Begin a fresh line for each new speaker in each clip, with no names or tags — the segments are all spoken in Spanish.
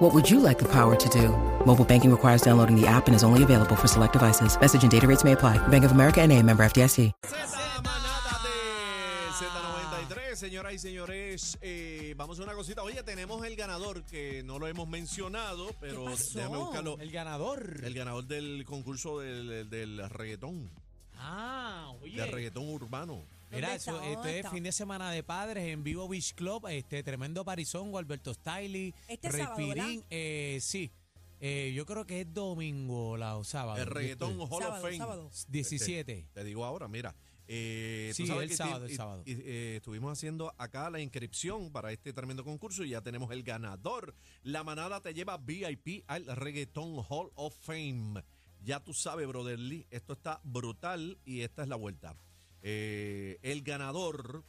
What would you like the power to do? Mobile banking requires downloading the app and is only available for select devices. Message and data rates may apply. Bank of America and a member FDIC.
Z manada de Z93, señoras y señores, eh, vamos a una cosita. Oye, tenemos el ganador que no lo hemos mencionado, pero déjame buscarlo.
El ganador.
El ganador del concurso del, del reggaetón,
Ah, oye.
del reggaetón urbano.
Mira,
¿Dónde
eso,
está?
esto
¿Dónde
es
está?
fin de semana de padres en Vivo Beach Club. Este tremendo parizongo, Alberto Stiley,
Este sábado,
Refirín.
¿verdad?
eh, sí, Eh, yo creo que es domingo la, o sábado.
El reggaetón este. Hall of
Este Sábado,
Fame.
sábado.
17.
Te digo ahora, mira. eh,
Sí, el
que
sábado,
ti-
el
y-
sábado.
y, eh, estuvimos haciendo acá la inscripción para este tremendo concurso y ya tenemos el ganador. La manada te lleva VIP al Reggaeton Hall of Fame. Ya tú sabes, brother Lee, esto está brutal y esta es la vuelta. Eh, el ganador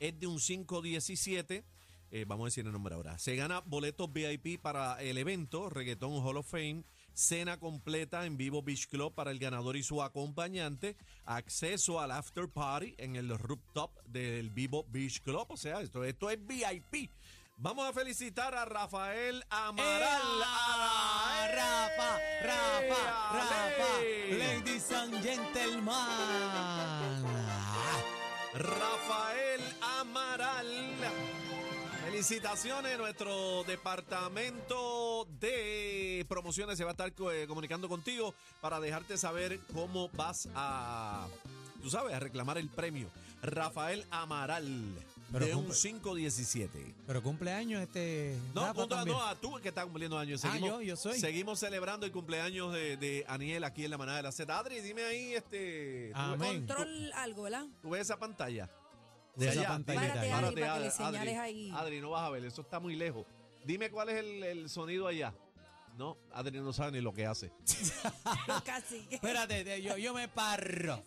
es de un 517. eh, vamos a decir el nombre ahora. Se gana boletos VIP para el evento Reggaeton Hall of Fame, cena completa en Vivo Beach Club para el ganador y su acompañante, acceso al after party en el rooftop del Vivo Beach Club. O sea, esto, esto es VIP. Vamos a felicitar a Rafael Amaral.
¡Eh!
¡Ea! Rafa, Rafa, Rafa,
¡Ale!
¡Eh!
ladies and gentlemen.
Rafael Amaral. Felicitaciones, nuestro departamento de promociones se va a estar co- eh, comunicando contigo para dejarte saber cómo vas a, tú sabes, a reclamar el premio. Rafael Amaral,
Pero
de un
cumple-
517.
Pero cumpleaños este.
No,
Rafa
junto a-
también.
no, a tú que estás cumpliendo años.
Ah,
Seguimos,
yo- yo soy.
Seguimos celebrando el cumpleaños de, de Aniel aquí en la manada de la Z. Adri, dime ahí, este... tú-
Amén.
Control algo, ¿verdad?
¿Tú ves esa pantalla?
De esa
allá,
pantallita
dime,
ahí.
Párate ahí, para que
Adri,
le señales
Adri,
ahí.
Adri, no vas a ver, eso está muy lejos. Dime cuál es el, el sonido allá. No, Adri no sabe ni lo que hace.
Casi.
Espérate, te- yo, yo me parro.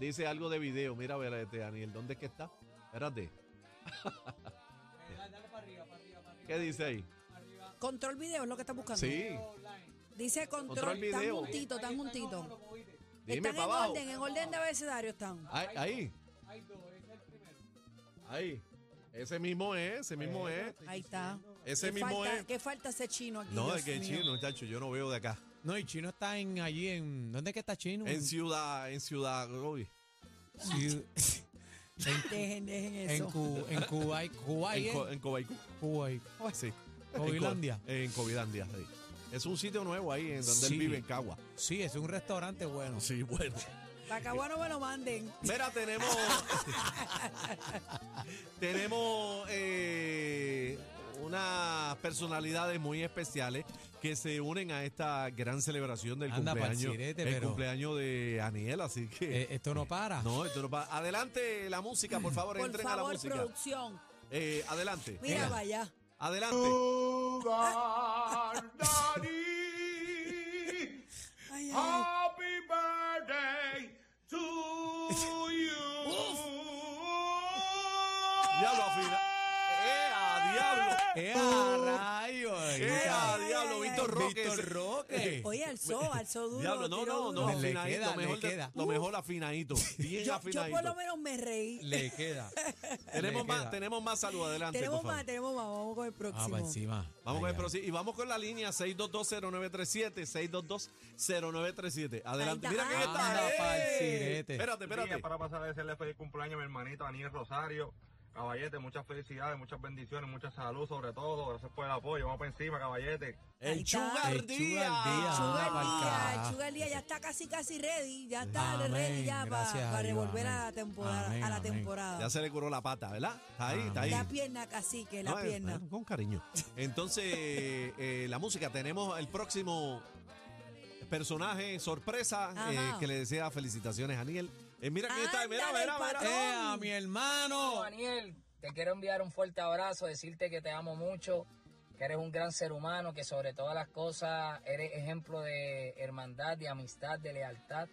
Dice algo de video. Mira, a ver, este, Daniel, ¿dónde es que está? Espérate. ¿Qué dice ahí?
Control video es lo que estás buscando.
Sí,
Dice control,
Control video.
Tan juntito, tan juntito.
dime
están
para
en
abajo.
orden, en orden de abecedario están.
Ahí. Ahí. Ahí. Ese mismo es, ese mismo es.
Ahí está.
Ese
¿Qué
mismo
falta,
es.
¿Qué falta ese chino aquí?
No,
Dios
es que
mío?
chino, muchacho, yo no veo de acá.
No, y Chino está en allí en. ¿Dónde es que está Chino?
Mm.
En Ciudad, en Ciudad, uy.
Ciu-
Dejen, dejen
en,
eso.
Cu- en Cuba, Cuba,
en,
en
Co- en Cobaycú.
Cuba. y-
Sí.
Covilandia.
En, Co- en Covilandia, sí. Es un sitio nuevo ahí en donde
Sí.
él vive, en Cagua.
Sí, es un restaurante bueno.
Sí, bueno.
Para que agua no me lo manden.
Mira, tenemos. tenemos eh, unas personalidades muy especiales que se unen a esta gran celebración del
Anda pa'l
cumpleaños.
sirete,
el
pero-
cumpleaños de Aniel, así que.
Eh, esto no para.
no, esto no va. Adelante la música, por favor,
Por
entren a la
favor,
música.
producción.
Eh, adelante.
Mira,
Venga.
vaya.
Adelante.
Ay, ay,
Diablo afina. ¡Eh, a diablo!
¡Eh, a rayo!
¡Eh, a
ay,
diablo!
ay,
Víctor
Víctor
Roque. ese-
Roque.
ay. Oye, alzó, alzó duro.
Diablo, no,
tiró
no,
duro.
no,
Le
afinadito, lo
queda, le
mejor, de-
queda.
lo mejor afinadito, bien
Yo, yo
afinadito.
por lo menos me reí.
Le queda.
tenemos
le
más,
queda.
tenemos más salud adelante,
Tenemos
por favor.
más, tenemos más. Vamos con el próximo.
Ah, para encima.
Vamos con
Ay,
el
ay.
próximo. Y vamos con la línea 6220937, 6220937. Adelante.
Ahí
Mira
está.
quién está.
Anda
¡Eh!
pa'l sirete.
Espérate,
Buen día,
espérate.
para pasar a decirle feliz cumpleaños a mi hermanito Daniel Rosario. Caballete, muchas felicidades, muchas bendiciones, mucha salud sobre todo. Gracias por el apoyo. Vamos para encima, caballete.
Ahí
El
está.
Sugar
El Sugar
Díaz.
Díaz.
Sugar
Ah, pa'l
Díaz,
carajo.
el Sugar Díaz ya está casi casi ready, ya está
Amén,
ready ya para
gracias a Dios,
revolver a la
amén.
temporada,
Amén,
a la
amén.
Ya
temporada.
se le curó la pata, ¿verdad? Está ahí, está ahí.
La pierna cacique, la
No, es-
pierna.
bueno, con cariño. Entonces, eh, la música, tenemos el próximo personaje sorpresa
Ajá.
eh, que le desea felicitaciones a Aniel. Eh, mira quién está, mira,
Ándale,
mira, mira.
patrón.
Eh,
¡Eh, a mi hermano!
Daniel, te quiero enviar un fuerte abrazo, decirte que te amo mucho, que eres un gran ser humano, que sobre todas las cosas eres ejemplo de hermandad, de amistad, de lealtad.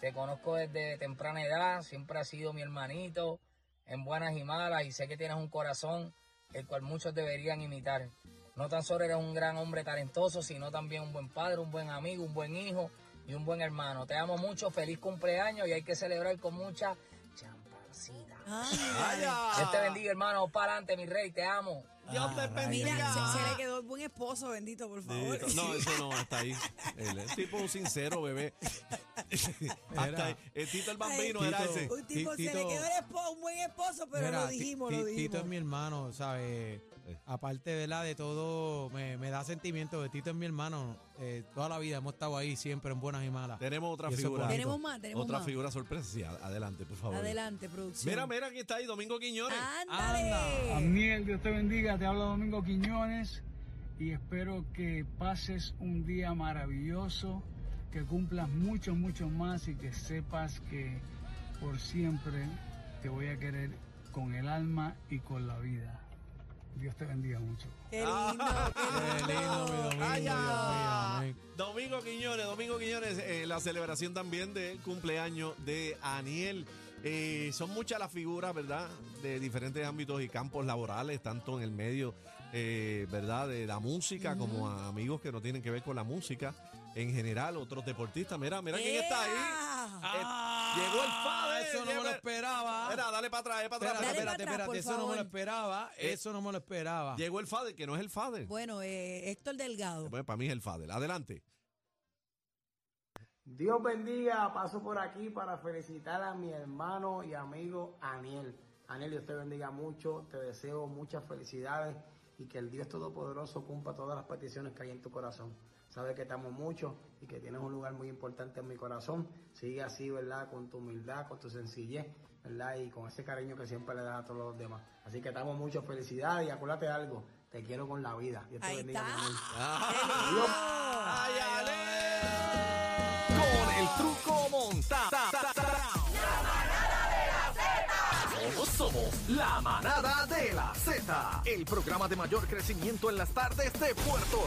Te conozco desde temprana edad, siempre has sido mi hermanito, en buenas y malas, y sé que tienes un corazón el cual muchos deberían imitar. No tan solo eres un gran hombre talentoso, sino también un buen padre, un buen amigo, un buen hijo y un buen hermano. Te amo mucho, feliz cumpleaños y hay que celebrar con mucha champancita.
Ah,
Dios te bendiga, hermano. Para adelante, mi rey, te amo.
Dios
Ah,
te
mira, mira, se, se le
bendiga.
quedó el buen esposo, bendito, por favor.
No, eso no, hasta ahí. El, el tipo un sincero, bebé. Hasta ahí. El Tito el Bambino
Ay,
era
Tito.
ese.
Un tipo, se
Tito-
le quedó el esposo, un buen esposo, pero
Mira,
lo
Ti-
dijimos,
Ti-
lo
Tito es
dijimos.
mi hermano, ¿sabes? Aparte de la de todo, me, me da sentimiento de Tito es mi hermano. Eh, toda la vida hemos estado ahí siempre en buenas y malas.
Tenemos otra
Y eso es
figura.
bonito.
Tenemos más, tenemos
Otra
más.
figura sorpresa. Sí, ad- adelante, por favor.
Adelante, Ah, producción.
Mira, mira, aquí está ahí Domingo Quiñones.
Ándale.
Daniel, Dios te bendiga, te habla Domingo Quiñones y espero que pases un día maravilloso, que cumplas mucho, mucho más y que sepas que por siempre te voy a querer con el alma y con la vida. Dios te bendiga mucho.
Qué lindo,
Qué
qué
lindo, mi
lindo.
Domingo,
Ay,
Dios mío,
ya.
amén.
Domingo Quiñones, Domingo Quiñones, eh, la celebración también del cumpleaños de Aniel. Eh, son muchas las figuras, ¿verdad? De diferentes ámbitos y campos laborales, tanto en el medio, eh, ¿verdad? De la música, como a amigos que no tienen que ver con la música en general, otros deportistas. Mira, mira quién está ahí.
¡Ea!
Eh, llegó el padre.
Ah, Eso no me lo
llega-
esperaba.
Mira, dale para atrás, dale para atrás.
Espérate,
Dale
espérate,
para
espérate,
atrás, por
espérate, eso no me
favor.
lo esperaba,
Eh,
eso no me lo esperaba.
espérate. Llegó el Fader, que no es el Fader.
Bueno, eh, Héctor Delgado.
Bueno, para mí es el Fader. Adelante.
Dios bendiga, paso por aquí para felicitar a mi hermano y amigo Aniel. Aniel, Dios te bendiga mucho, te deseo muchas felicidades y que el Dios Todopoderoso cumpla todas las peticiones que hay en tu corazón. Sabes que te amo mucho y que tienes un lugar muy importante en mi corazón. Sigue así, ¿verdad? Con tu humildad, con tu sencillez, ¿verdad? Y con ese cariño que siempre le das a todos los demás. Así que te amo mucho, felicidades y acuérdate de algo, te quiero con la vida. Dios te
Ahí
bendiga. mi
está.
amor.
¡Ay, Ale!
Con el truco monta. ta- ta- ta- ta- Todos somos la manada de la Z, el programa de mayor crecimiento en las tardes de Puerto